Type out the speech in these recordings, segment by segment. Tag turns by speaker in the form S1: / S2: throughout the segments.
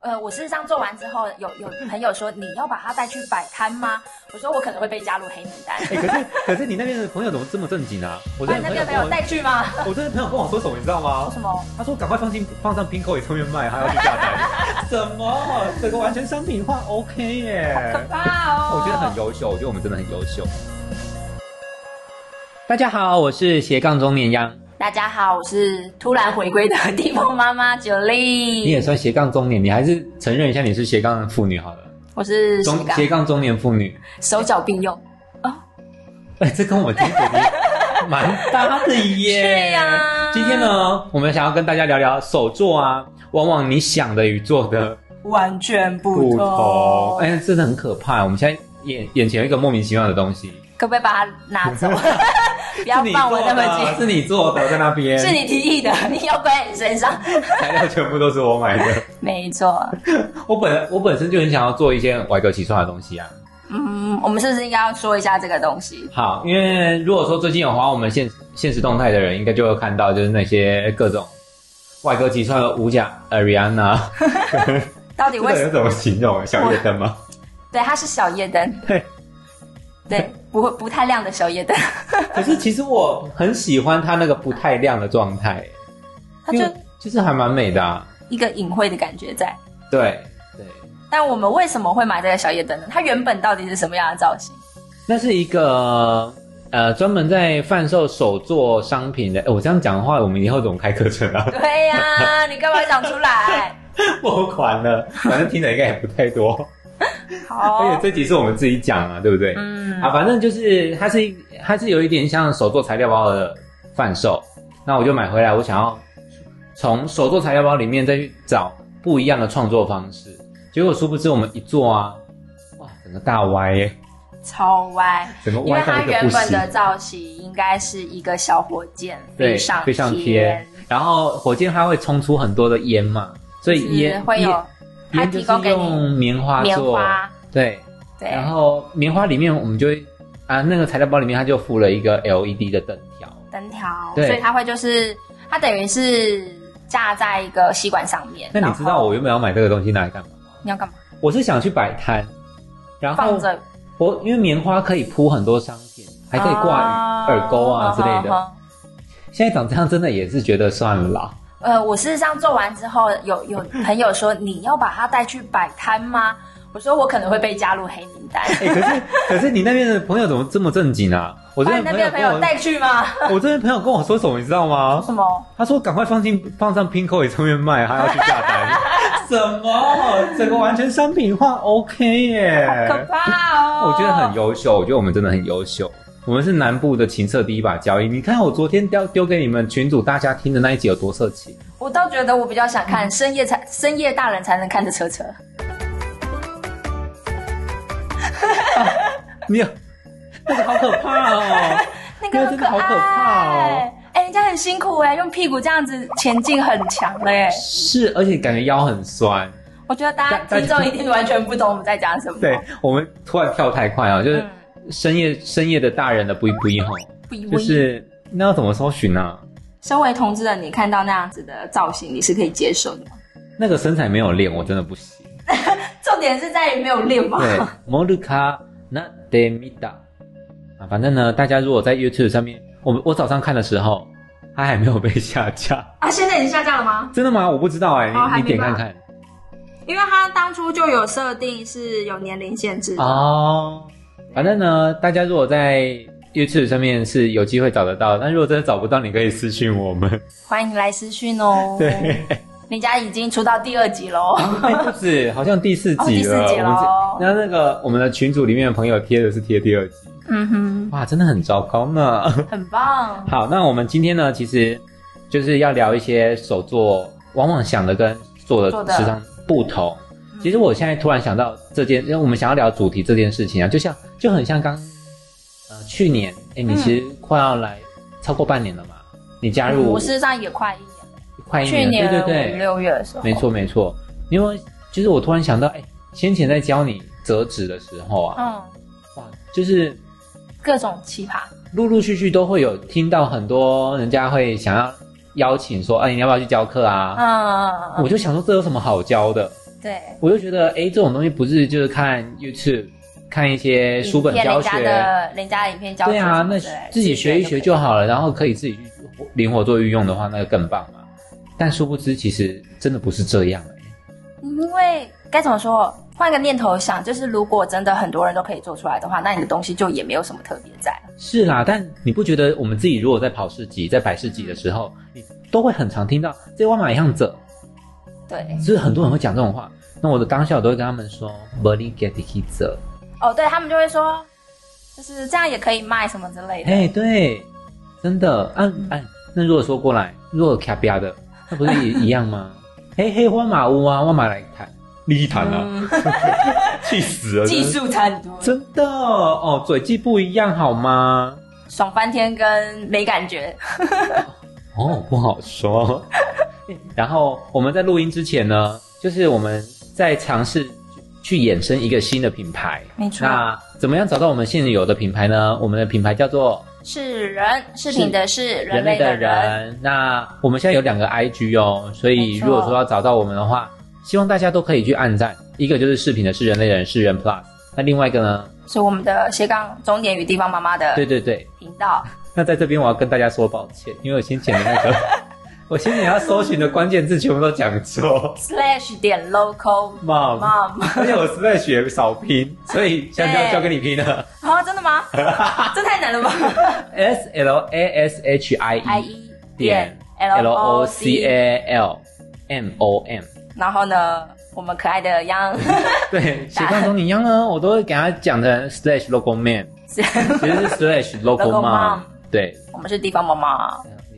S1: 呃，我事实上做完之后，有有
S2: 嗯
S1: 朋友说你要把它带去摆摊吗？我说我可能会被加入黑名单。
S2: 哎、可是可是你那边的朋友怎么这么正经啊？ 我
S1: 哎，
S2: 真的
S1: 那边
S2: 朋友
S1: 没
S2: 跟我
S1: 有带去吗？
S2: 我真的朋友跟我说什么，你知道
S1: 为
S2: 吗？
S1: 什 么？
S2: 他说赶快放进放上 Pinko 也上面卖，还要去下单。什么？这个完全商品化，OK 耶
S1: 可！怕哦！
S2: 哎我觉得很优秀，我觉得我们真的很优秀。大家好，我是斜杠中年央，
S1: 大家好，我是突然回归的地方妈妈九
S2: 你也
S1: 莉，
S2: 算斜杠中年，你还是承认一下你是斜杠妇女好了，
S1: 我是
S2: 中
S1: 斜杠
S2: 斜杠中年妇女。
S1: 手脚并用。
S2: 哎，这跟我们今天主题蛮搭的耶。
S1: 是呀
S2: 今天呢，我们想要跟大家聊聊手作啊，往往你想的与做的
S3: 完全不
S2: 不同，
S3: 同。
S2: 哎，真的很可怕。我们现在眼眼前有一个莫名其妙的东西，
S1: 可不可以把它拿 走？不要
S2: 是你
S1: 放我
S2: 做
S1: 那
S2: 的
S1: 么近。
S2: 是你做的在那边，
S1: 是你提议的， 你要怪在你身上。
S2: 材料全部都是我买的。
S1: 没错，
S2: 我本我本身就很想要做一些歪哥奇创的东西啊。
S1: 嗯，我们是不是应该要说一下这个东西？
S2: 好，因为如果说最近有划我们现现实动态的人，应该就会看到就是那些各种外哥奇创的五甲 Ariana，
S1: 到底为什么？
S2: 怎么形容？啊小
S1: 夜
S2: 灯吗？
S1: 对，它是小夜灯，
S2: 对。
S1: 对，不会不太亮的小夜灯，
S2: 可是其实我很喜欢它那个不太亮的状态，
S1: 它
S2: 因
S1: 就
S2: 为其实还蛮美的、啊。
S1: 一个隐晦的感觉在。
S2: 对对，
S1: 但我们为什么会买这个小夜灯呢？它原本到底是什么样的造 型？
S2: 那是一个呃专门在贩售手作商品的。哎我这样讲的话，我们以后怎么开课程啊？
S1: 对呀、你干嘛讲出 来？
S2: 我管了，反正听的应该也不太多。而
S1: 好
S2: 且，哎这集是我们自己讲啊，对不对？
S1: 嗯，
S2: 啊，反正就是它是一它是有一点像手作材料包的贩售，那我就买回来，我想要从手作材料包里面再去找不一样的创作方式。结果殊不知我们一做啊，哇，整个大歪耶，
S1: 超歪，
S2: 整个
S1: 因为
S2: 歪到
S1: 它
S2: 一个
S1: 原
S2: 不
S1: 本
S2: 行
S1: 的。造型应该是一个小火箭
S2: 对，
S1: 飞上
S2: 非常贴。然后火箭它会冲出很多的烟嘛，所以
S1: 是
S2: 烟
S1: 会
S2: 烟
S1: 有它
S2: 烟就
S1: 提
S2: 是
S1: 供给你
S2: 用棉花
S1: 棉
S2: 做，
S1: 花，
S2: 对，
S1: 对，
S2: 然后棉花里面我们就会啊，那个材料包里面它就附了一个 LED 的灯条，
S1: 灯条，
S2: 对
S1: 所以它会就是它等于是架在一个吸管上面。
S2: 那你
S1: 然后
S2: 知道我原本要买这个东西拿来干嘛吗？
S1: 你要干嘛？
S2: 我是想去摆摊，然后
S1: 放着
S2: 我因为棉花可以铺很多商品，还可以挂
S1: 啊
S2: 鱼耳钩啊之类
S1: 呵呵
S2: 的。
S1: 呵
S2: 现在长这样真的也是觉得算了啦。
S1: 呃，我事实上做完之后，有有朋友说你要把它带去摆摊吗？我说我可能会被加入黑名单。
S2: 哎、可是可是你那边的朋友怎么这么正经啊？ 我这
S1: 把你
S2: 边
S1: 那边的
S2: 朋友
S1: 朋
S2: 跟
S1: 友
S2: 我，
S1: 带去吗？
S2: 我这边朋友跟我说什么你知道吗？
S1: 什么？
S2: 他说赶快放进放上 Pinko 也上面卖，还要去下 单。什么？整个完全商品化，OK 耶！
S1: 可怕哦！
S2: 呃我觉得很优秀，我觉得我们真的很优秀。我们是南部的情色第一把交椅。你看我昨天丢丢给你们群主大家听的那一集有多色情？
S1: 我倒觉得我比较想
S2: 嗯
S1: 看深夜才深夜大人才能看的车车，
S2: 你有，那个好可怕哦！
S1: 那个很
S2: 那真的好可怕哦
S1: 爱。哎、人家很辛苦哎、用屁股这样子前进很强的哎、
S2: 是，而且感觉腰很酸。
S1: 我觉得大家
S2: 大
S1: 听众一定完全不懂我们在讲什么。
S2: 对，哦我们突然跳太快啊，就是
S1: 嗯，
S2: 深夜深夜的大人的不依不依吼，
S1: 不一不
S2: 就
S1: 一。
S2: 是那要怎么搜寻呢、啊？
S1: 身为同志的你，看到那样子的造型，你是可以接受的吗？
S2: 那个身材没有练，我真的不行。
S1: 重点是在于没有练嘛。
S2: 对，摩鲁卡那德米达啊，反正呢，大家如果在 YouTube 上面，我我早上看的时候，它还没有被下架，
S1: 啊，现在已经下架了吗？
S2: 真的吗？我不知道哎、
S1: 哦还
S2: 你
S1: 没
S2: 你点看看
S1: 因为他当初就有设定是有年龄限制的。
S2: 哦。反正呢，大家如果在 YouTube 上面是有机会找得到，但如果真的找不到，你可以私信 我们。
S1: 欢迎来私讯哦。
S2: 对，，
S1: 人家已经出到第二集喽。
S2: 哎不止，好像第四
S1: 哦第
S2: 集
S1: 四
S2: 了。
S1: 集
S2: 我们
S1: 咯
S2: 那那个我们的群组里面的朋友贴的是贴第二集，
S1: 嗯哼，
S2: 哇，真的很糟糕呢。
S1: 很棒。
S2: 好，那我们今天呢，其实就是要聊一些手作，往往想的跟做
S1: 做
S2: 的
S1: 的
S2: 时常不同。
S1: 嗯
S2: 其实我现在突然想到这件，因为我们想要聊主题这件事情啊，就像就很像刚，呃，去年，哎，你
S1: 嗯
S2: 其实快要来、超过半年了嘛，你加入
S1: 嗯我事实上也快一年，
S2: 快一
S1: 去年
S2: 对对
S1: 五
S2: 对，
S1: 六月的时候。
S2: 没。错没错。因为就是我突然想到，哎，先前在教你折纸的时候啊，
S1: 嗯，
S2: 哇，就是
S1: 各种奇葩。
S2: 陆陆续续都会有听到很多人家会想要邀请说，哎、你要不要去教课啊？
S1: 嗯，
S2: 我就想说这有什么好教的？
S1: 对，
S2: 我就觉得，哎，这种东西不是就是看 YouTube，看一些书本
S1: 影片
S2: 教
S1: 嗯人
S2: 学，
S1: 家的人家的影片教学
S2: 对啊，
S1: 什么
S2: 那
S1: 之类的
S2: 自己学一学就
S1: 可以
S2: 好了，然后可以自己去灵活做运用的话，那个更棒嘛。但殊不知，其实真的不是这样、欸。
S1: 因为该怎么说，换个念头想，就是如果真的很多人都可以做出来的话，那你的东西就也没有什么特别在了。
S2: 是啦，但你不觉得我们自己如果在跑市集、在摆市集的时候，
S1: 嗯
S2: 你都会很常听到“这万马样子
S1: 对”，，
S2: 就是很多人会讲这种话。那我的当下我都会跟他们说 b e l i get it 走”。
S1: 哦，对他们就会说，就是这样也可以卖什么之 类的。
S2: 哎，对，真的，啊按、按、哎那如果说过来，如果卡比亚的，那不是也一样吗？ 嘿嘿，万马屋啊，万马来谈，立谈啊，
S1: 嗯，
S2: 气死了，
S1: 技术差很多，
S2: 真的哦，嘴技不一样好吗？
S1: 爽翻天跟没感觉。
S2: 哦，不好说。 然后我们在录音之前呢，就是我们在尝试去衍生一个新的品牌。
S1: 没错
S2: 那怎么样找到我们现有的品牌呢？我们的品牌叫做
S1: 是人，饰品的是人
S2: 人类
S1: 类
S2: 的
S1: 的
S2: 人。那我们现在有两个 IG 哦，所以
S1: 没错
S2: 如果说要找到我们的话，希望大家都可以去按赞。一个就是视频的是人类的人是人 Plus，那另外一个呢？
S1: 是我们的斜杠终点与地方妈妈的
S2: 对对对，
S1: 频道。
S2: 那在这边我要跟大家说抱歉，因为我先前的 那个我先前要搜寻的关键字全部都讲错。
S1: slash 点 local
S2: 妈
S1: mom
S2: 而且我实在学少拼，所以香蕉交给你拼了。
S1: 啊，真的 吗？这太难了吧
S2: S L A S H I
S1: ？i
S2: E
S1: e
S2: 点
S1: 点
S2: L
S1: l
S2: O
S1: o
S2: C
S1: c a，
S2: A L M O M。
S1: 然后呢，我们可爱的央
S2: 对，斜杠中你一样呢，我都会给他讲成 slash local man，
S1: 是，
S2: 其实是 slash local
S1: Local
S2: mom
S1: mom。
S2: 对，
S1: 我们是地方妈妈。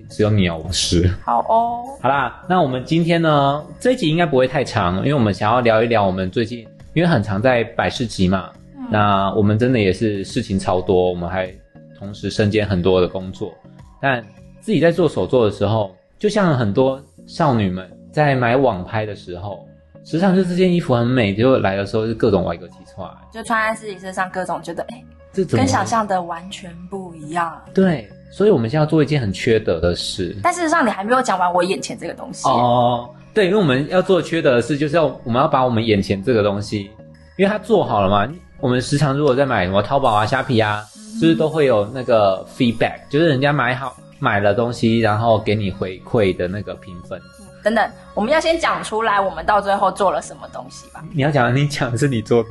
S2: 只有你哦，我不是。
S1: 好哦，
S2: 好啦，那我们今天呢，这一集应该不会太长，因为我们想要聊一聊我们最近，因为很常在百事集嘛，那我们真的也是事情超多，我们还同时身兼很多的工作，但自己在做手作的时候，就像很多少女们在买网拍的时候，时常就这件衣服很美，结果来的时候是各种歪哥七错，
S1: 就穿在自己身上，各种觉得哎，
S2: 这怎么
S1: 跟想象的完全不一样。
S2: 对？所以我们现在要做一件很缺德的事，
S1: 但事实上，你还没有讲完我眼前这个东西。
S2: 哦，对，因为我们要做缺德的事，就是要我们要把我们眼前这个东西，因为它做好了嘛。我们时常如果在买什么淘宝啊、虾皮啊，就是都会有那个 feedback，就是人家买好买了东西，然后给你回馈的那个评分。
S1: 等等，我们要先讲出来，我们到最后做了什么东 西吧。
S2: 你要讲，你讲的是你做的，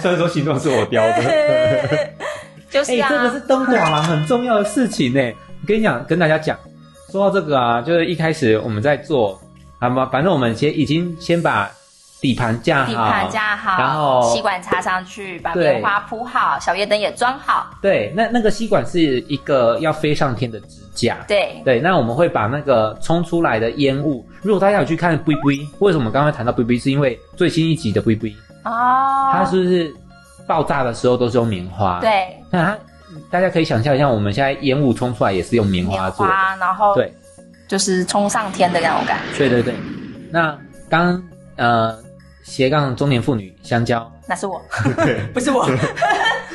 S2: 虽然说形状是我雕的。
S1: 就是
S2: 哎、
S1: 啊，
S2: 这个是灯管啊，很重要的事情呢、我跟你讲，跟大家讲，说到这个啊，就是一开始我们在做，啊嘛，反正我们先已经先把底盘架好，
S1: 地盘架好，
S2: 然后
S1: 吸管插上去，把
S2: 对
S1: 棉花铺好，小夜灯也装好。
S2: 对，那那个吸管是一个要飞上天的支架。
S1: 对，
S2: 对，那我们会把那个冲出来的烟雾，如果大家有去看 B B，为什么我们刚刚谈到 B B，是因为最新一集的 B B，
S1: 哦，
S2: 它是不是爆炸的时候都是用棉花？，
S1: 对
S2: 那它大家可以想象一下，我们现在烟雾冲出来也是用棉花
S1: 棉
S2: 做的。
S1: 花，然后
S2: 对，
S1: 就是冲上天的那种感觉。
S2: 对对对。那刚呃斜杠中年妇女香蕉，
S1: 那是我，不是 我，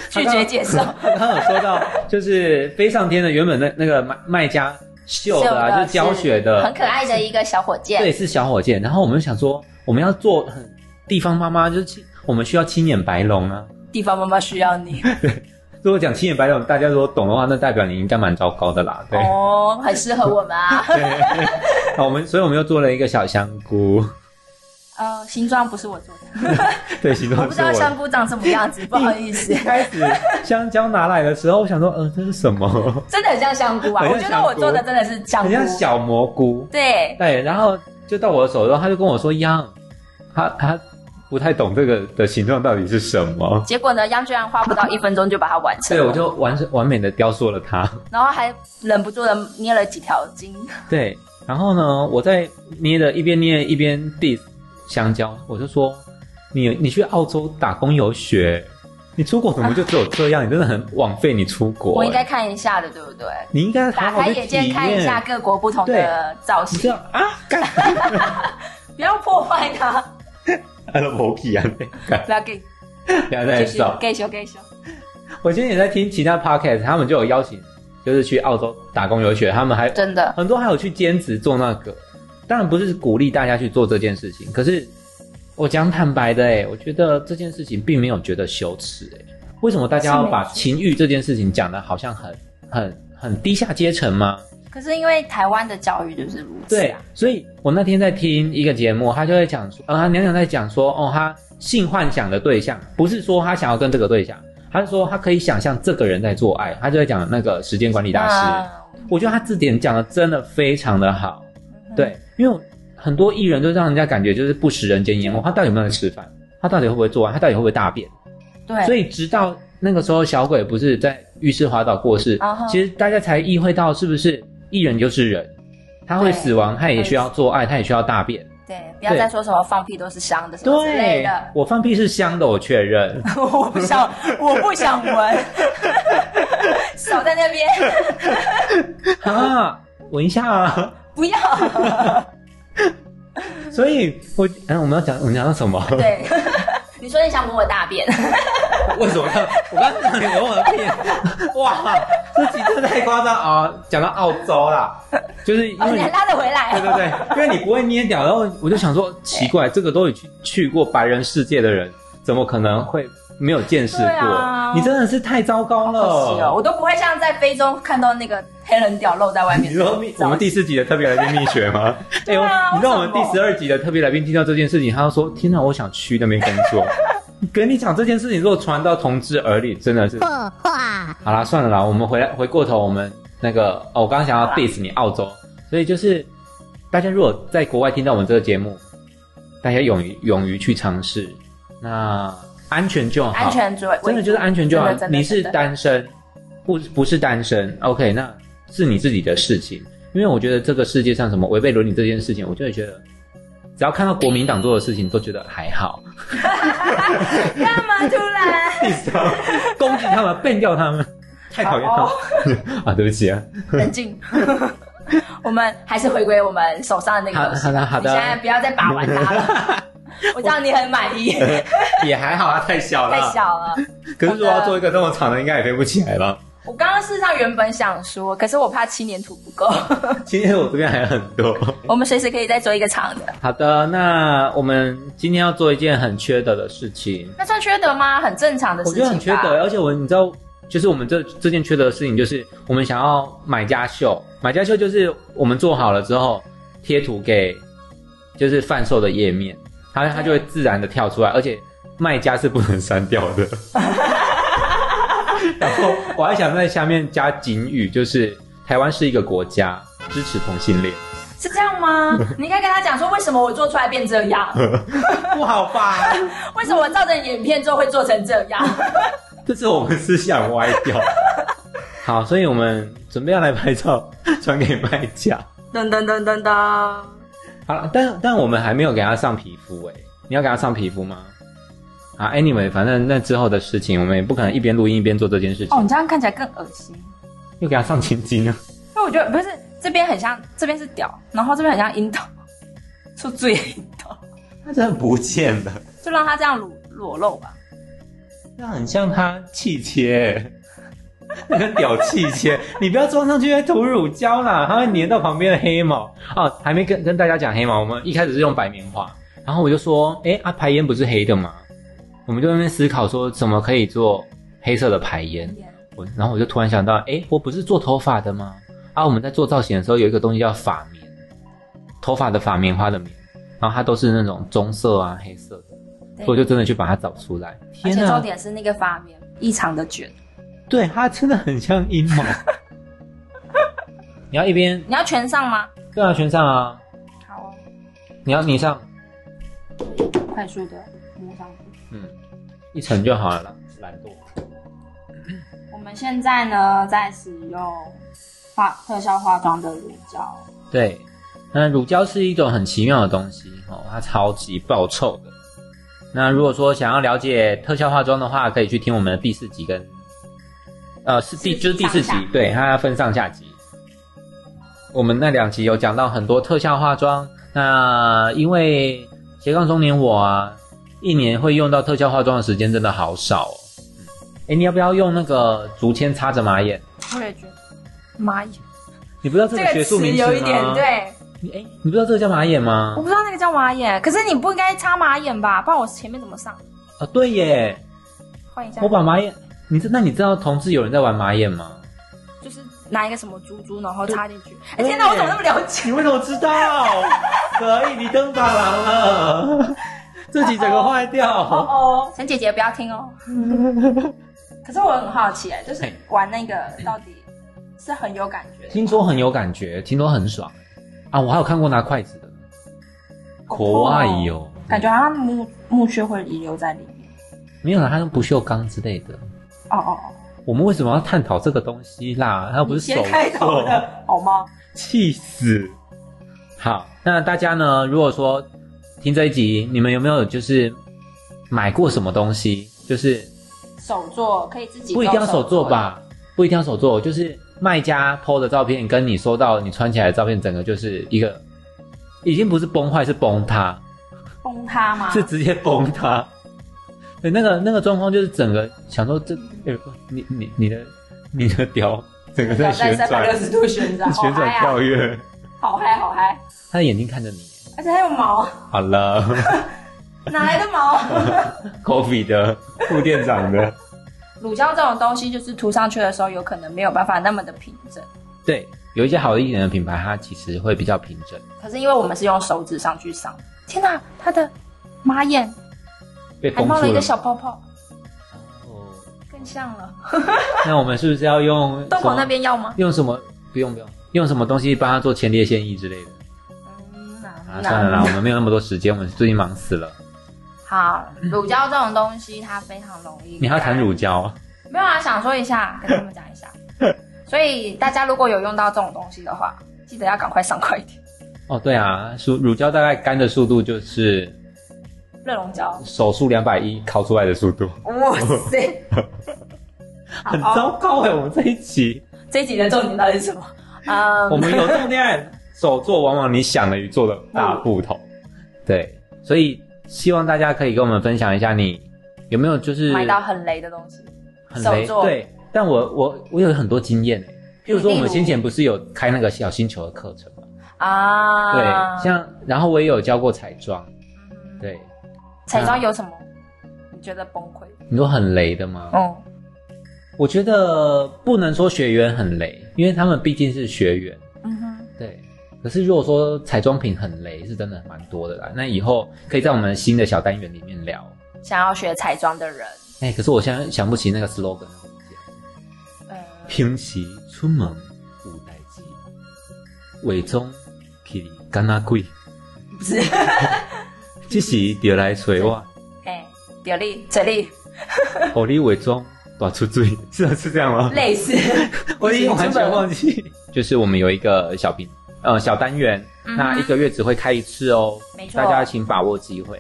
S1: 拒绝接受。
S2: 刚刚有说到，就是飞上天的原本那那个卖卖家绣的啊，
S1: 是
S2: 就
S1: 我
S2: 是教学的，
S1: 是很可爱的一个小火箭。
S2: 对，是小火箭。然后我们就想说，我们要做很地方妈妈，就是青我们需要青眼白龙啊。
S1: 地方妈妈需要你
S2: 如果讲青眼白龙，大家如果懂的话，那代表你应该蛮糟糕的 啦。对，
S1: 哦，很适合我们 啊。
S2: 好，我们所以我们又做了一个小香 菇，
S1: 呃，新装不是我做的，
S2: 对，形
S1: 我
S2: 状
S1: 不知
S2: 是
S1: 道
S2: 我
S1: 香
S2: 的。
S1: 菇长什么样 子，不好意思
S2: 一，开始香蕉拿来的时候，我想说，嗯、这是什么？
S1: 真的很像香菇啊。
S2: 很
S1: 我
S2: 像
S1: 觉
S2: 香
S1: 得
S2: 菇
S1: 我做的真的是香
S2: 很
S1: 菇
S2: 像，小蘑菇。
S1: 对，
S2: 对，然后就到我的手中，他就跟我说：“央，他他不太懂这个的形状到底是什么。
S1: 结果呢，央居然花不到一分钟就把它完”成
S2: 对，
S1: 了，
S2: 我就完完美的雕塑了它。
S1: 然后还忍不住的捏了几条筋，
S2: 对，然后呢，我在捏的一边捏一边 diss 香蕉，我就说：“你你去澳洲打工游学，你出国怎么就只有这样？你真的很枉费你出国、欸
S1: 我应该看一下的，对不对？
S2: 你应该好
S1: 打
S2: 好
S1: 开
S2: 的
S1: 眼
S2: 体
S1: 界看一下
S2: 验。
S1: 各国不同的造
S2: 你这
S1: 型
S2: 样，啊，干
S1: 不要破坏 它，
S2: 他的头皮啊！干
S1: 不要给
S2: 不要再
S1: 继续
S2: 笑。
S1: 给修给修，
S2: 我今天也在听其他 podcast，他们就有邀请，就是去澳洲打工游学，他们还
S1: 真的
S2: 很多还有去兼职做那个。当然不是鼓励大家去做这件事情，可是我讲坦白的、欸，哎，我觉得这件事情并没有觉得羞耻，哎，为什么大家要把情欲这件事情讲的好像很很很低下阶层吗？
S1: 可是因为台湾的教育就是如此、
S2: 对
S1: 啊，，
S2: 所以我那天在听一个节目，他就在讲说，呃，他娘娘在讲说，哦，他性幻想的对象不是说他想要跟这个对象，他是说他可以想象这个人在做爱，他就在讲那个时间管理大师。
S1: 啊
S2: 我觉得他字典讲的真的非常的好，
S1: 那
S2: 对，因为很多艺人都让人家感觉就是不食人间烟火，他到底有没有在吃饭？他到底会不会做爱？他到底会不会大便？
S1: 对，
S2: 所以直到那个时候，小鬼不是在浴室滑倒过世
S1: 啊哈
S2: 其实大家才意会到，是不是艺人就是人，他
S1: 对
S2: 会死亡，他也需要做爱，他也需要大便。
S1: 对，不要再说什么放屁都是香的什么之类
S2: 对
S1: 的，，
S2: 我放屁是香的，我确认。
S1: 我不想， 我不想闻， 少在那边，
S2: 啊，闻一下啊。
S1: 不要，
S2: 所以我，嗯，我们要讲，我们讲到什么？
S1: 对。 你说你想闻我大便，
S2: 为什么要？我刚刚讲你闻我的 屁，哇，这集真的太夸张啊！讲到澳洲啦，就是因
S1: 哦，
S2: 为
S1: 你
S2: 你
S1: 还拉得回来？
S2: 对对对，因为你不会捏屌，然后我就想说，奇怪，这个都有去去过白人世界的人，怎么可能会没有见识过？
S1: 对啊
S2: 你真的是太糟糕了。
S1: 可惜哦，我都不会像在非洲看到那个黑人屌露在外面
S2: 你。说蜜我们第四集的特别来宾蜜雪吗？哎、
S1: 对
S2: 我
S1: 啊
S2: 你知道我
S1: 为
S2: 们
S1: 什
S2: 第
S1: 么
S2: 十二集的特别来宾听到这件事情，他就说：“天哪，我想去那边工作。” 跟你讲这件事情，如果传到同志耳里，真的是
S3: 破话。
S2: 好啦，算了啦，我们回来回过头，我们那个哦，我刚刚想要
S1: 好啦
S2: diss 你澳洲，所以就是大家如果在国外听到我们这个节目，大家勇于勇于去尝试，那安全就好，
S1: 安全主
S2: 真的就是安全就好
S1: 真的。真的
S2: 你是
S1: 真的
S2: 单身，不不是单身，OK，那是你自己的事情。因为我觉得这个世界上什么违背伦理这件事情，我就会觉得，只要看到国民党做的事情，都觉得还 好，
S1: 干嘛突然？
S2: 你知道吗攻击他们，变掉他们，太讨厌他
S1: 哦
S2: 们 啊！对不起啊。
S1: 冷静。 我们还是回归我们手上的那个游戏。
S2: 好好的好的
S1: 你现在不要再把玩它了。 我知道你很满意，
S2: 也还好啊，太小
S1: 太
S2: 了。
S1: 小了。
S2: 可是如果要做一个这么长的，应该也飞不起来吧？
S1: 我刚刚事实上原本想说，可是我怕七年图不 够，
S2: 今天我这边还有很多。
S1: 我们随时可以再做一个长的。
S2: 好的，那我们今天要做一件很缺德的事情，
S1: 那算缺德吗？很正常的事
S2: 我
S1: 情
S2: 觉
S1: 吧
S2: 得很缺德，而且我你知道，就是我们这这件缺德的事情，就是我们想要买家秀，买家秀就是我们做好了之后贴图给就是贩售的页面，它它就会自然的跳出来，而且卖家是不能删掉 的。然后我还想在下面加警语，就是台湾是一个国家，支持同性恋，
S1: 是这样吗？你应该跟他讲说，为什么我做出来变这 样？
S2: 不好吧？
S1: 为什么我照着你影片之后会做成这样？
S2: 这是我们思想歪掉。好，所以我们准备要来拍照，传给卖家。
S1: 噔噔噔噔噔，
S2: 好了，但但我们还没有给他上皮肤哎、你要给他上皮肤吗？啊，anyway，反正那之后的事情，我们也不可能一边录音一边做这件事情，
S1: 哦，你这样看起来更恶心。
S2: 又给他上青筋了。
S1: 因为我觉得不是这边很像，这边是屌，然后这边很像阴道，出嘴阴道，
S2: 他真的不见了，
S1: 就让他这样裸裸露吧。
S2: 那很像他气切、那个屌气切，你不要装上去会涂乳胶啦，它会粘到旁边的黑毛。哦，还没跟跟大家讲黑毛，我们一开始是用白棉花，然后我就说，哎、啊，排烟不是黑的吗？我们就在那边思考说，怎么可以做黑色的排烟？我然后我就突然想到，哎，我不是做头发的吗？啊，我们在做造型的时候有一个东西叫发棉，头发的发棉花的棉，然后它都是那种棕色啊、黑色的，
S1: 对
S2: 所以我就真的去把它找出来。
S1: 而
S2: 天
S1: 且
S2: 哪
S1: 重，点是那个发面异常的卷，
S2: 对，它真的很像阴 谋。你要一边
S1: 你要全上吗？
S2: 对啊，全上啊，
S1: 好、哦，
S2: 你要你上，
S1: 快速的摸上去。
S2: 嗯，一层就好了啦，懒惰。
S1: 我们现在呢在使用化特效化妆的乳胶，
S2: 对，那乳胶是一种很奇妙的东西哦，它超级爆臭的。那如果说想要了解特效化妆的话，可以去听我们的第四集跟，呃，是第
S1: 四集
S2: 就是第四集
S1: 上下，
S2: 对，它分上下集。我们那两集有讲到很多特效化妆，那因为斜杠中年我啊，一年会用到特效化妆的时间真的好少哦。哎，你要不要用那个竹签插着马眼？
S1: 我也觉得，妈呀，
S2: 你不知道这
S1: 这
S2: 个
S1: 个
S2: 学术
S1: 词
S2: 名词吗？
S1: 有一点对，
S2: 你哎、你不知道这个叫马眼吗
S1: 我？不知道那个叫马眼，可是你不应该插马眼吧？不然我前面怎么上？
S2: 啊，对耶，
S1: 换一下
S2: 我，把马眼，你知那你知道同志有人在玩马眼 吗？
S1: 就是拿一个什么珠珠，然后插进去。哎、
S2: 对
S1: 天哪，我怎么那么了解？
S2: 你为什么知 道？可以，你登法郎 了，自己整个坏
S1: 哦
S2: 掉。
S1: 哦，陈姐姐不要听 哦。可是我很好奇哎，就是
S2: 嘿
S1: 玩那个到底是很有感觉的。
S2: 听说很有感觉，听说很爽啊！我还有看过拿筷子的，国外有，
S1: 哦感觉好像木木屑会遗留在里面。
S2: 没有啦，他用不锈钢之类的。
S1: 哦哦哦，
S2: 我们为什么要探讨这个东西啦？它又不是
S1: 你
S2: 手
S1: 先开头
S2: 作，
S1: 的好吗？
S2: 气死！好，那大家呢？如果说听这一集，你们有没有就是买过什么东西？就是
S1: 手做可以自己
S2: 不一定要手做
S1: 做？
S2: 吧，不一定要手做，就是卖家 PO 的照片跟你收到你穿起来的照片，整个就是一个，已经不是崩坏，是崩塌，
S1: 崩塌吗？
S2: 是直接崩 塌。对，哎那个那个状况就是整个想说这，哎你你你的你的屌整个在旋
S1: 三百
S2: 转，
S1: 六十度旋转，好
S2: 旋转
S1: 嗨啊！
S2: 跳跃，
S1: 好嗨好嗨，
S2: 他的眼睛看着你。
S1: 而且还有 毛，
S2: 好了
S1: 哪来的毛？
S2: ，Coffee 的副店长的，
S1: 乳胶这种东西，就是涂上去的时候，有可能没有办法那么的平整。
S2: 对，有一些好一点的品牌，它其实会比较平整，
S1: 可是因为我们是用手指上去上，天哪，它的马眼
S2: 被
S1: 还
S2: 封
S1: 冒了一
S2: 住
S1: 个
S2: 了。
S1: 小泡泡，
S2: 哦
S1: 更像了。
S2: 那我们是不是要用
S1: 洞
S2: 什
S1: 口
S2: 么
S1: 那边要吗？
S2: 用什么？不用不用，用什么东西帮他做前列腺液之类的
S1: 嗯，
S2: 啊？
S1: 哪
S2: 算了啦，我们没有那么多时间，我们最近忙死了。
S1: 好，乳胶这种东西它非常容易。
S2: 你还要谈乳？胶 啊？
S1: 没有啊，想说一下，跟他们讲一 下。所以大家如果有用到这种东西的话，记得要赶快上快一点。
S2: 哦，对啊，乳乳胶大概干的速度就是
S1: 热熔胶，
S2: 手速两百一烤出来的速度，
S1: 哇塞，
S2: 很
S1: 好
S2: 糟糕哎、我们这一集，
S1: 这一集的重点到底是什么？嗯，
S2: 我们有重点，手做往往你想的与做的大 不同。对，所以希望大家可以跟我们分享一下，你有没有就是
S1: 买到很雷的东西，
S2: 很
S1: 手
S2: 雷
S1: 作
S2: 对，但我我我有很多经验诶，譬如说我
S1: 例
S2: 们
S1: 如
S2: 先前不是有开那个小星球的课程嘛，
S1: 啊，
S2: 对，像然后我也有教过彩妆，
S1: 嗯
S2: 对，
S1: 彩妆有什么？你觉得崩溃？
S2: 你说很雷的吗？
S1: 嗯，
S2: 我觉得不能说学员很雷，因为他们毕竟是学员，
S1: 嗯哼，
S2: 对。可是如果说彩妆品很雷，是真的蛮多的啦。那以后可以在我们新的小单元里面聊。
S1: 想要学彩妆的人，
S2: 哎、可是我现在想不起那个 slogan 了
S1: 呃，
S2: 平时出门无代志，伪装去干那鬼，
S1: 不是，
S2: 这时就来找 我，
S1: 哎，表力、嘴力
S2: 互你伪装大出水，是啊，是这样 吗？
S1: 类似，
S2: 我已经完全忘记。就是我们有一个小品，呃，小单元，
S1: 嗯哼
S2: 那一个月只会开一次哦，
S1: 没错
S2: 大家请把握机会。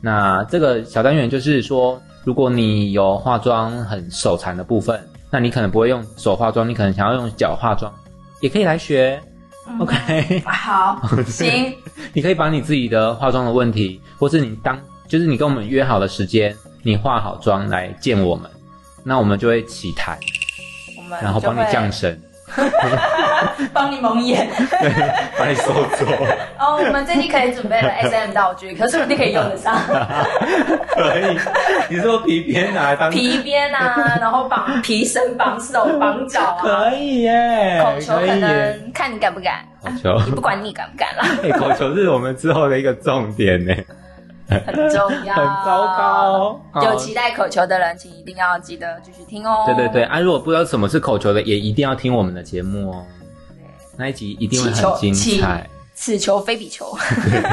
S2: 那这个小单元就是说，如果你有化妆很手残的部分，那你可能不会用手化妆，你可能想要用脚化妆，也可以来学。
S1: 嗯
S2: OK，
S1: 好，行，
S2: 你可以把你自己的化妆的问题，或是你当就是你跟我们约好的时间，你化好妆来见我们，那我们就会起谈，
S1: 我们
S2: 然后帮你
S1: 就会
S2: 降神，
S1: 帮你蒙眼。
S2: 把你收走。
S1: 哦，我们最近可以准备了 SM 道具，可是不定可以用得上
S2: 可以，你说皮鞭拿来当
S1: 皮鞭啊，然后绑皮绳、绑手、绑脚啊。
S2: 可以耶，
S1: 口球
S2: 可以
S1: 可
S2: 耶。
S1: 能看你敢不敢，
S2: 口球
S1: 啊你不管你敢不敢啦，
S2: 哎、口球是我们之后的一个重点呢，
S1: 很重要，
S2: 很糟。糕。
S1: 有
S2: 好
S1: 期待口球的人，请一定要记得继续听哦。
S2: 对对对，啊，如果不知道什么是口球的，也一定要听我们的节目哦。那一集一定会很精
S1: 起球
S2: 彩
S1: 起，此球非彼球，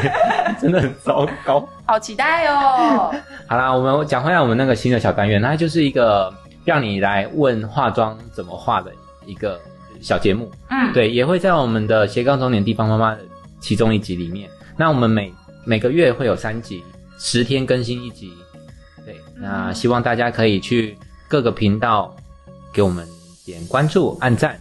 S2: 真的很糟 糕。
S1: 好期待哦！
S2: 好啦，我们讲回来我们那个新的小单元，它就是一个让你来问化妆怎么化的一个小节目。
S1: 嗯，
S2: 对，也会在我们的斜杠中年地方妈妈的其中一集里面。那我们每每个月会有三集，十天更新一集。对，那希望大家可以去各个频道给我们点关注、按赞。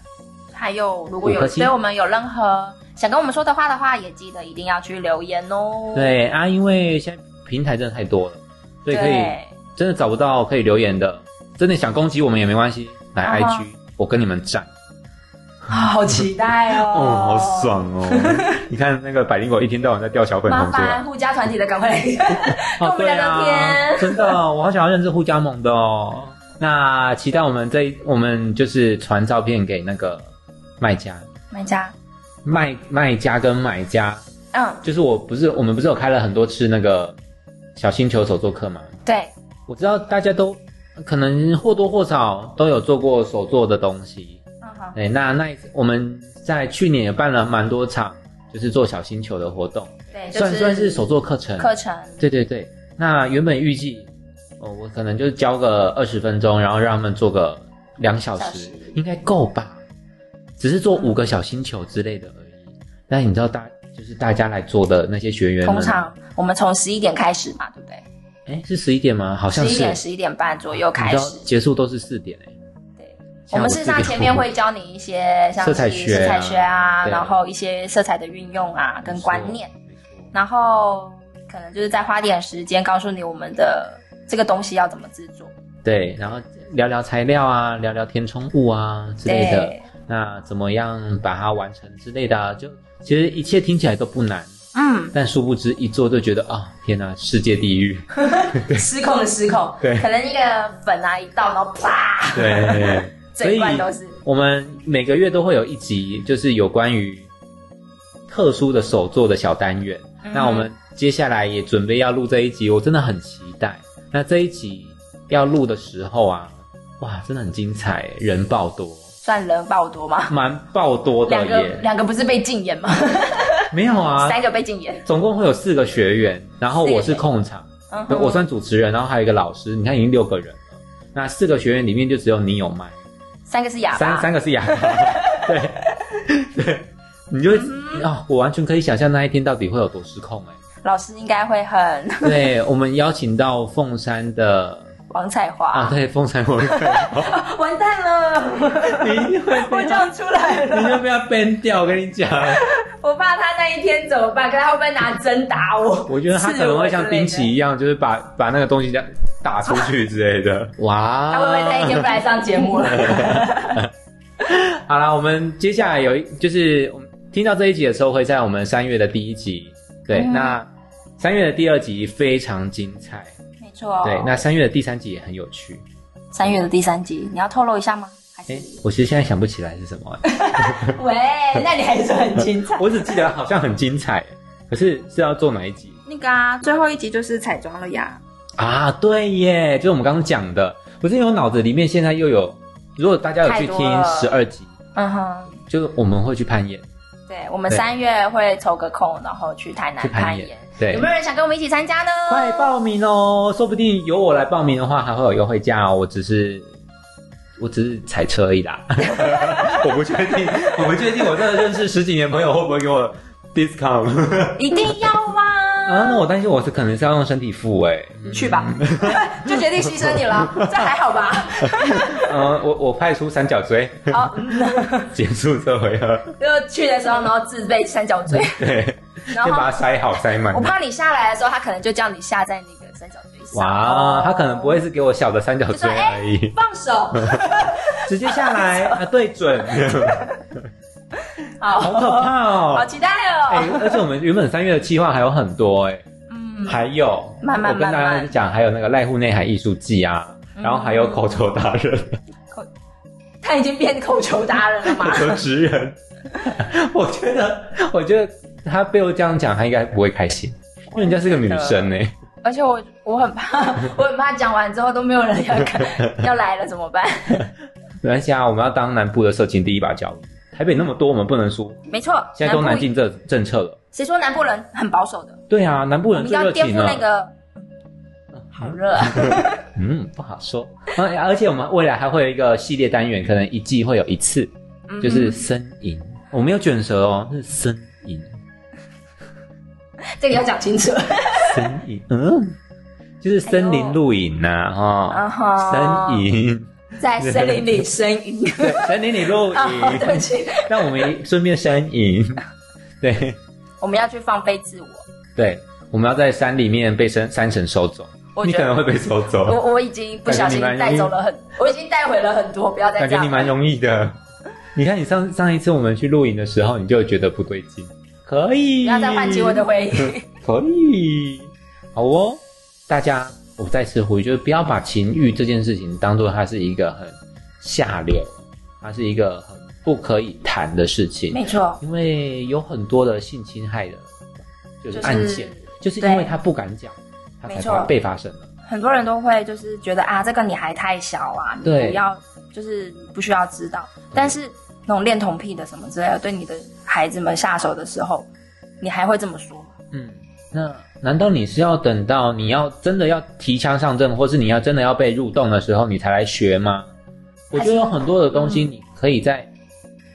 S1: 还有如果
S2: 五
S1: 有
S2: 颗星
S1: 对我们有任何想跟我们说的话的话，也记得一定要去留言哦。
S2: 对啊，因为现在平台真的太多了，所以可以
S1: 对
S2: 真的找不到可以留言的，真的想攻击我们也没关系，来
S1: 啊哈
S2: IG，我跟你们战。
S1: 好期待哦！
S2: 哦，好。爽哦！ 你看那个百灵果一天到晚在掉小粉
S1: 麻
S2: 红出来，
S1: 烦护家团体的赶快来 跟我们聊聊天。
S2: 哦啊、真的，我好想要认识互加盟的哦。那期待我们这一，我们就是传照片给那个卖家、
S1: 买家，
S2: 卖卖家跟买家，
S1: 嗯，
S2: 就是我不是我们不是有开了很多次那个小星球手作课吗？
S1: 对，
S2: 我知道大家都可能或多或少都有做过手作的东西。
S1: 嗯好，
S2: 对，那那一次我们在去年也办了蛮多场，就是做小星球的活动，
S1: 对，就
S2: 算算是手作课程。
S1: 课程，
S2: 对对对，那原本预计，哦，我可能就是教个二十分钟，然后让他们做个两小
S1: 小
S2: 时
S1: 时，
S2: 应该够吧？只是做五个小星球之类的而已。那你知道大就是大家来做的那些学员们，
S1: 通常我们从十一点开始嘛，对不对？
S2: 哎是十一点吗？好像
S1: 十
S2: 是
S1: 一点、十一点半左右
S2: 你
S1: 开
S2: 知
S1: 始
S2: 道。结束都是四点哎、
S1: 对，
S2: 下
S1: 我
S2: 午
S1: 们事实上
S2: 4点
S1: 前面 会教你一些像
S2: 色彩
S1: 是
S2: 学啊
S1: 色彩学啊，
S2: 对
S1: 然后一些色彩的运用啊，跟观念，
S2: 没错。
S1: 然后可能就是再花点时间告诉你我们的这个东西要怎么制作。
S2: 对，然后聊聊材料啊，聊聊填充物啊之类的，
S1: 对，
S2: 那怎么样把它完成之类的、啊，就其实一切听起来都不难，
S1: 嗯，
S2: 但殊不知一做就觉得啊、天哪，世界 地狱。
S1: 失控的失控，
S2: 对
S1: 可能一个粉啊一倒，然后啪，
S2: 对，所
S1: 整
S2: 以
S1: 罐都是。
S2: 我们每个月都会有一集，就是有关于特殊的手作的小单元。
S1: 嗯
S2: 那我们接下来也准备要录这一集，我真的很期待。那这一集要录的时候啊，哇，真的很精彩，人爆多，
S1: 算人爆多吗？
S2: 蛮爆多的
S1: 两个
S2: 耶。
S1: 两个不是被禁言吗？
S2: 没有啊，
S1: 三个被禁言。
S2: 总共会有四个学员，然后我是控场，
S1: 嗯
S2: 对
S1: 哼
S2: 我算主持人，然后还有一个老师，你看已经六个人了。那四个学员里面就只有你有麦，
S1: 三个是哑
S2: 三
S1: 巴，
S2: 三个是哑巴， 对对，你就啊、
S1: 嗯
S2: 我完全可以想象那一天到底会有多失控哎、
S1: 老师应该会很
S2: 对我们邀请到凤山的
S1: 王彩华、
S2: 啊，对，凤山文 会，
S1: 完蛋 了，
S2: 你一定会
S1: 我
S2: 被
S1: 讲出来了，
S2: 你就被他 ban 掉，我跟你讲，
S1: 我怕他那一天怎么办？可是他会不会拿针打我？
S2: 我觉得他可能会像冰淇一样，就是把把那个东西这样打出去之类的。哇，
S1: 他会不会那一天不来上节目了？
S2: 好啦，我们接下来有一就是我们听到这一集的时候，会在我们三月的第一集。对，
S1: 嗯
S2: 那三月的第二集非常精彩。
S1: 没错，
S2: 对，那三月的第三集也很有趣。
S1: 三月的第三集，你要透露一下吗？还是
S2: 哎、我其实现在想不起来是 什么、
S1: 喂，那你还是很精彩。
S2: 我只记得好像很精彩，可是是要做哪一集
S1: 那个啊，最后一集就是彩妆了呀。
S2: 啊？对耶，就是我们刚刚讲的，不是因为我脑子里面现在又有，如果大家有
S1: 太
S2: 去
S1: 多
S2: 听
S1: 了
S2: 十二集，
S1: 嗯哼，
S2: 就是我们会去攀岩，
S1: 对，我们
S2: 对
S1: 三月会抽个空，然后去台南
S2: 去攀岩
S1: 岩。
S2: 对
S1: 有没有人想跟我们一起参加呢？
S2: 快报名哦！说不定由我来报名的话，还会有优惠价哦。我只是，我只是踩车而已啦。 我不确定，我不确定，我真的认识十几年朋友会不会给我 discount
S1: 一定要啊！
S2: 啊？那我担心我是可能是要用身体付哎、
S1: 去吧，就决定牺牲你了，这还好吧？
S2: 嗯，我我派出三角锥
S1: 好，嗯
S2: 结束这回合，
S1: 就去的时候，然后自备三角锥，
S2: 对，
S1: 然
S2: 就把它
S1: 后
S2: 塞好塞满
S1: 我。怕你下来的时候，他可能就叫你下在那个三角锥上。
S2: 哇，他可能不会是给我小的三角
S1: 就说
S2: 锥而
S1: 哎、
S2: 已，
S1: 放 手，
S2: 直接下 来啊，对准，
S1: 好，
S2: 好可怕哦！
S1: 好期待哦。
S2: 哎、而且我们原本三月的计划还有很多哎、
S1: 嗯，
S2: 还有，
S1: 慢慢
S2: 我跟大
S1: 慢嗯
S2: 家
S1: 慢
S2: 讲，还有那个濑户内海艺术季啊，然后还有口球达 人、
S1: 他已经变口球达人了嘛
S2: 口？球职人。我觉得，我觉得他被我这样讲，他应该不会开心，因为人家是个女生呢、
S1: 而且我我很怕， 我很怕讲完之后都没有人要 看，要来了怎么办？
S2: 没关系啊，我们要当南部的社情第一把交椅。台北那么多，我们不能输。
S1: 没错，
S2: 现在都南
S1: 部
S2: 进这政策了。
S1: 谁说南部人很保守的？
S2: 对啊，南部
S1: 我
S2: 人
S1: 们
S2: 最
S1: 要
S2: 热
S1: 颠
S2: 情
S1: 覆
S2: 了。
S1: 那个，好热啊！
S2: 嗯，不好说。而而且我们未来还会有一个系列单元，可能一季会有一次，
S1: 嗯
S2: 就是呻吟。我没有卷舌哦，是呻吟。
S1: 这个要讲清
S2: 哦
S1: 楚。
S2: 森林，嗯，就是森林露营呐、
S1: 啊
S2: 啊，哈、
S1: 哈
S2: 森林，
S1: 在森林里呻吟。
S2: 对，森林里 露
S1: 啊，对不
S2: 营，
S1: 起，
S2: 让我们顺便山营， 对
S1: 我们要去放飞自我。
S2: 对，我们要在山里面被山山神收走，
S1: 我
S2: 你
S1: 觉
S2: 可能
S1: 得
S2: 会被收走，
S1: 我我已经不小心带走了很，我已经带回了很多，不要再
S2: 感
S1: 这
S2: 觉
S1: 样
S2: 你。蛮容易的，你看，你上上一次我们去露营的时候，你就觉得不对劲，可以，
S1: 不要再唤起我的回忆。
S2: 可以，好哦，大家，我再次呼吁，就是不要把情欲这件事情当做它是一个很下流，它是一个很不可以谈的事 情，
S1: 没错，
S2: 因为有很多的性侵害的，就是案件，就是、因为他不敢讲，他才
S1: 没错
S2: 发被发生了。
S1: 很多人都会就是觉得啊，这个你还太小啊，你
S2: 对
S1: 不要就是不需要知道。但是那种恋童癖的什么之类的，对你的孩子们下手的时候，你还会这么说吗？
S2: 嗯，那难道你是要等到你要真的要提枪上阵，或是你要真的要被入洞的时候，你才来学吗？我觉得有很多的东
S1: 嗯
S2: 西，你可以在、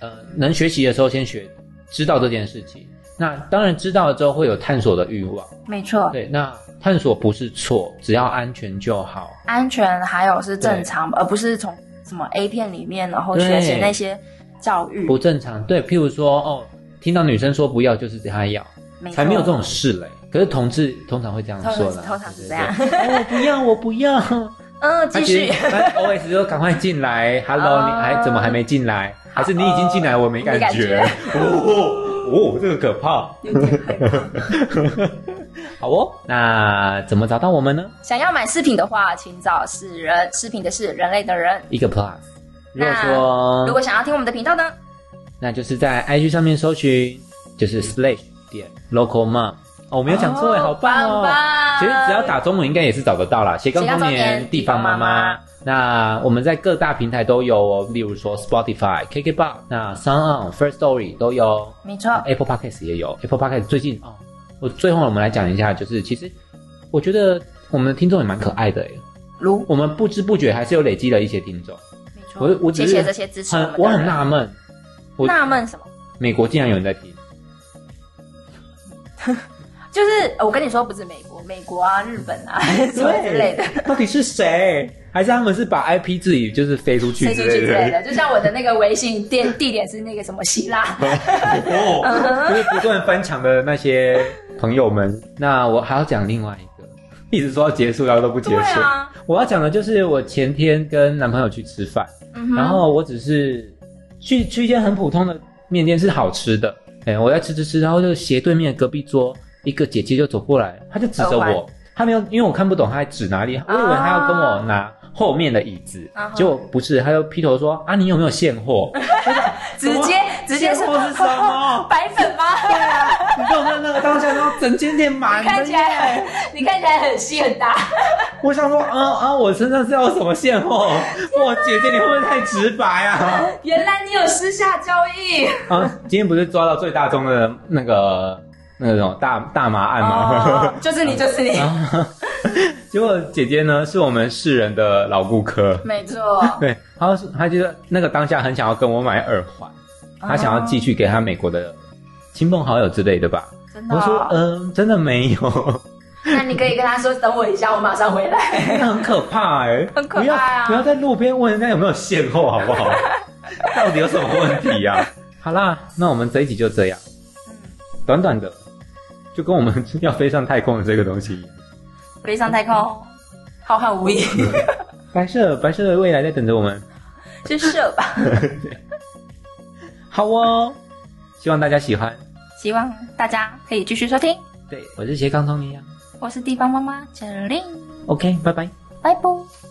S2: 呃能学习的时候先学，知道这件事情。那当然知道了之后会有探索的欲望，
S1: 没错，
S2: 对，那探索不是错，只要安全就好。
S1: 安全还有是正常，而不是从什么 A 片里面然后学习
S2: 对
S1: 那些教育
S2: 不。正常，对，譬如说哦，听到女生说不要就是她要，
S1: 没错
S2: 才没有这种事嘞。可是同志通常会这样
S1: 通常
S2: 说啦，
S1: 通常是
S2: 对
S1: 这样。
S2: 对对哦，我不要，我不要。啊
S1: 嗯，继续。
S2: 那 OS 哎就赶快进来，Hello，
S1: 哦
S2: 你还怎么还没进来？还是你已经进来，我没感
S1: 没
S2: 觉？
S1: 感
S2: 哦哦，这个可怕。好哦，那怎么找到我们呢？
S1: 想要买饰品的话，请找是人饰品的是人类的人。
S2: 一个 Plus。如果
S1: 那
S2: 说，
S1: 如果想要听我们的频道呢，
S2: 那就是在 IG 上面搜寻，就是 slash 点 local mom。哦，我没有讲错哎，
S1: 嗯哦
S2: 好棒哦！
S1: 棒棒
S2: 其实只要打中文应该也是找得到啦。斜杠
S1: 斜杠
S2: 中
S1: 中
S2: 年
S1: 年
S2: 地方妈
S1: 地方妈
S2: 妈
S1: 妈。
S2: 那我们在各大平台都有哦，例如说 Spotify、KKBox、那 Sound On、First Story 都有
S1: 没错，
S2: ，Apple Podcast 也有。Apple Podcast 最近哦，我最后我们来讲一下，就是其实我觉得我们的听众也蛮可爱的耶，
S1: 如
S2: 我们不知不觉还是有累积了一些听众。
S1: 没错，
S2: 我我只
S1: 谢
S2: 是
S1: 谢这些支持我们的
S2: 很我很
S1: 人
S2: 纳闷，我
S1: 纳闷什么？
S2: 美国竟然有人在听。
S1: 就是呃我跟你说，不止美国，美国啊、日本 啊什么之类的，
S2: 到底是谁？还是他们是把 IP 自己就是飞出去
S1: 飞
S2: 之
S1: 出
S2: 类
S1: 去之类
S2: 的？
S1: 的。就像我的那个微信店地点是那个什么希腊，
S2: 哦， 就是不断翻墙的那些朋友们。那我还要讲另外一个，一直说要结束，然后都不结
S1: 对
S2: 束。
S1: 啊，
S2: 我要讲的就是我前天跟男朋友去吃饭，
S1: 嗯哼
S2: 然后我只是去去一间很普通的面店，是好吃的。哎、我在吃吃吃，然后就斜对面隔壁桌一个姐姐就走过来，她就指着
S1: 手环
S2: 我，她没有，因为我看不懂她在指哪里，我以为她要跟我拿后面的椅子，
S1: 啊哈
S2: 结果不是，她就劈头说啊，你有没有现货？
S1: 直接直接是
S2: 现货是什 么
S1: 白粉吗？
S2: 你跟我在那个当下，然后整间店满
S1: 看
S2: 的
S1: 起来很，你看起来很细很大，
S2: 我想说，啊啊，我身上是要有什么现货？ 哇，姐姐你会不会太直白啊？
S1: 原来你有私下交易
S2: 啊，今天不是抓到最大宗的那个那种大大麻案吗？啊
S1: 哦，就是你就是你，
S2: 结果姐姐呢是我们世人的老顾客，
S1: 没错，
S2: 对，她是她觉得那个当下很想要跟我买耳环，
S1: 哦
S2: 她想要寄去给她美国的亲朋好友之类的吧。
S1: 真的
S2: 我说，
S1: 哦。
S2: 嗯、真的没有，
S1: 那你可以跟他说，等我一下，我马上回 来。
S2: 那很可怕哎、
S1: 很可怕啊
S2: 不要不要在路边问人家有没有现货好 不好？到底有什么问题呀、好啦，那我们这一集就这样。
S1: 嗯
S2: 短短的，就跟我们要飞上太空的这个东西一样。
S1: 飞上太空，浩瀚无垠，
S2: 白色，白色的未来在等着我们。
S1: 去射吧。
S2: 好哦，希望大家喜欢。
S1: 希望大家可以继续收听，
S2: 对，我是斜杠中年羊。
S1: 我是地方妈妈陈玲，
S2: OK，拜拜。
S1: 拜拜。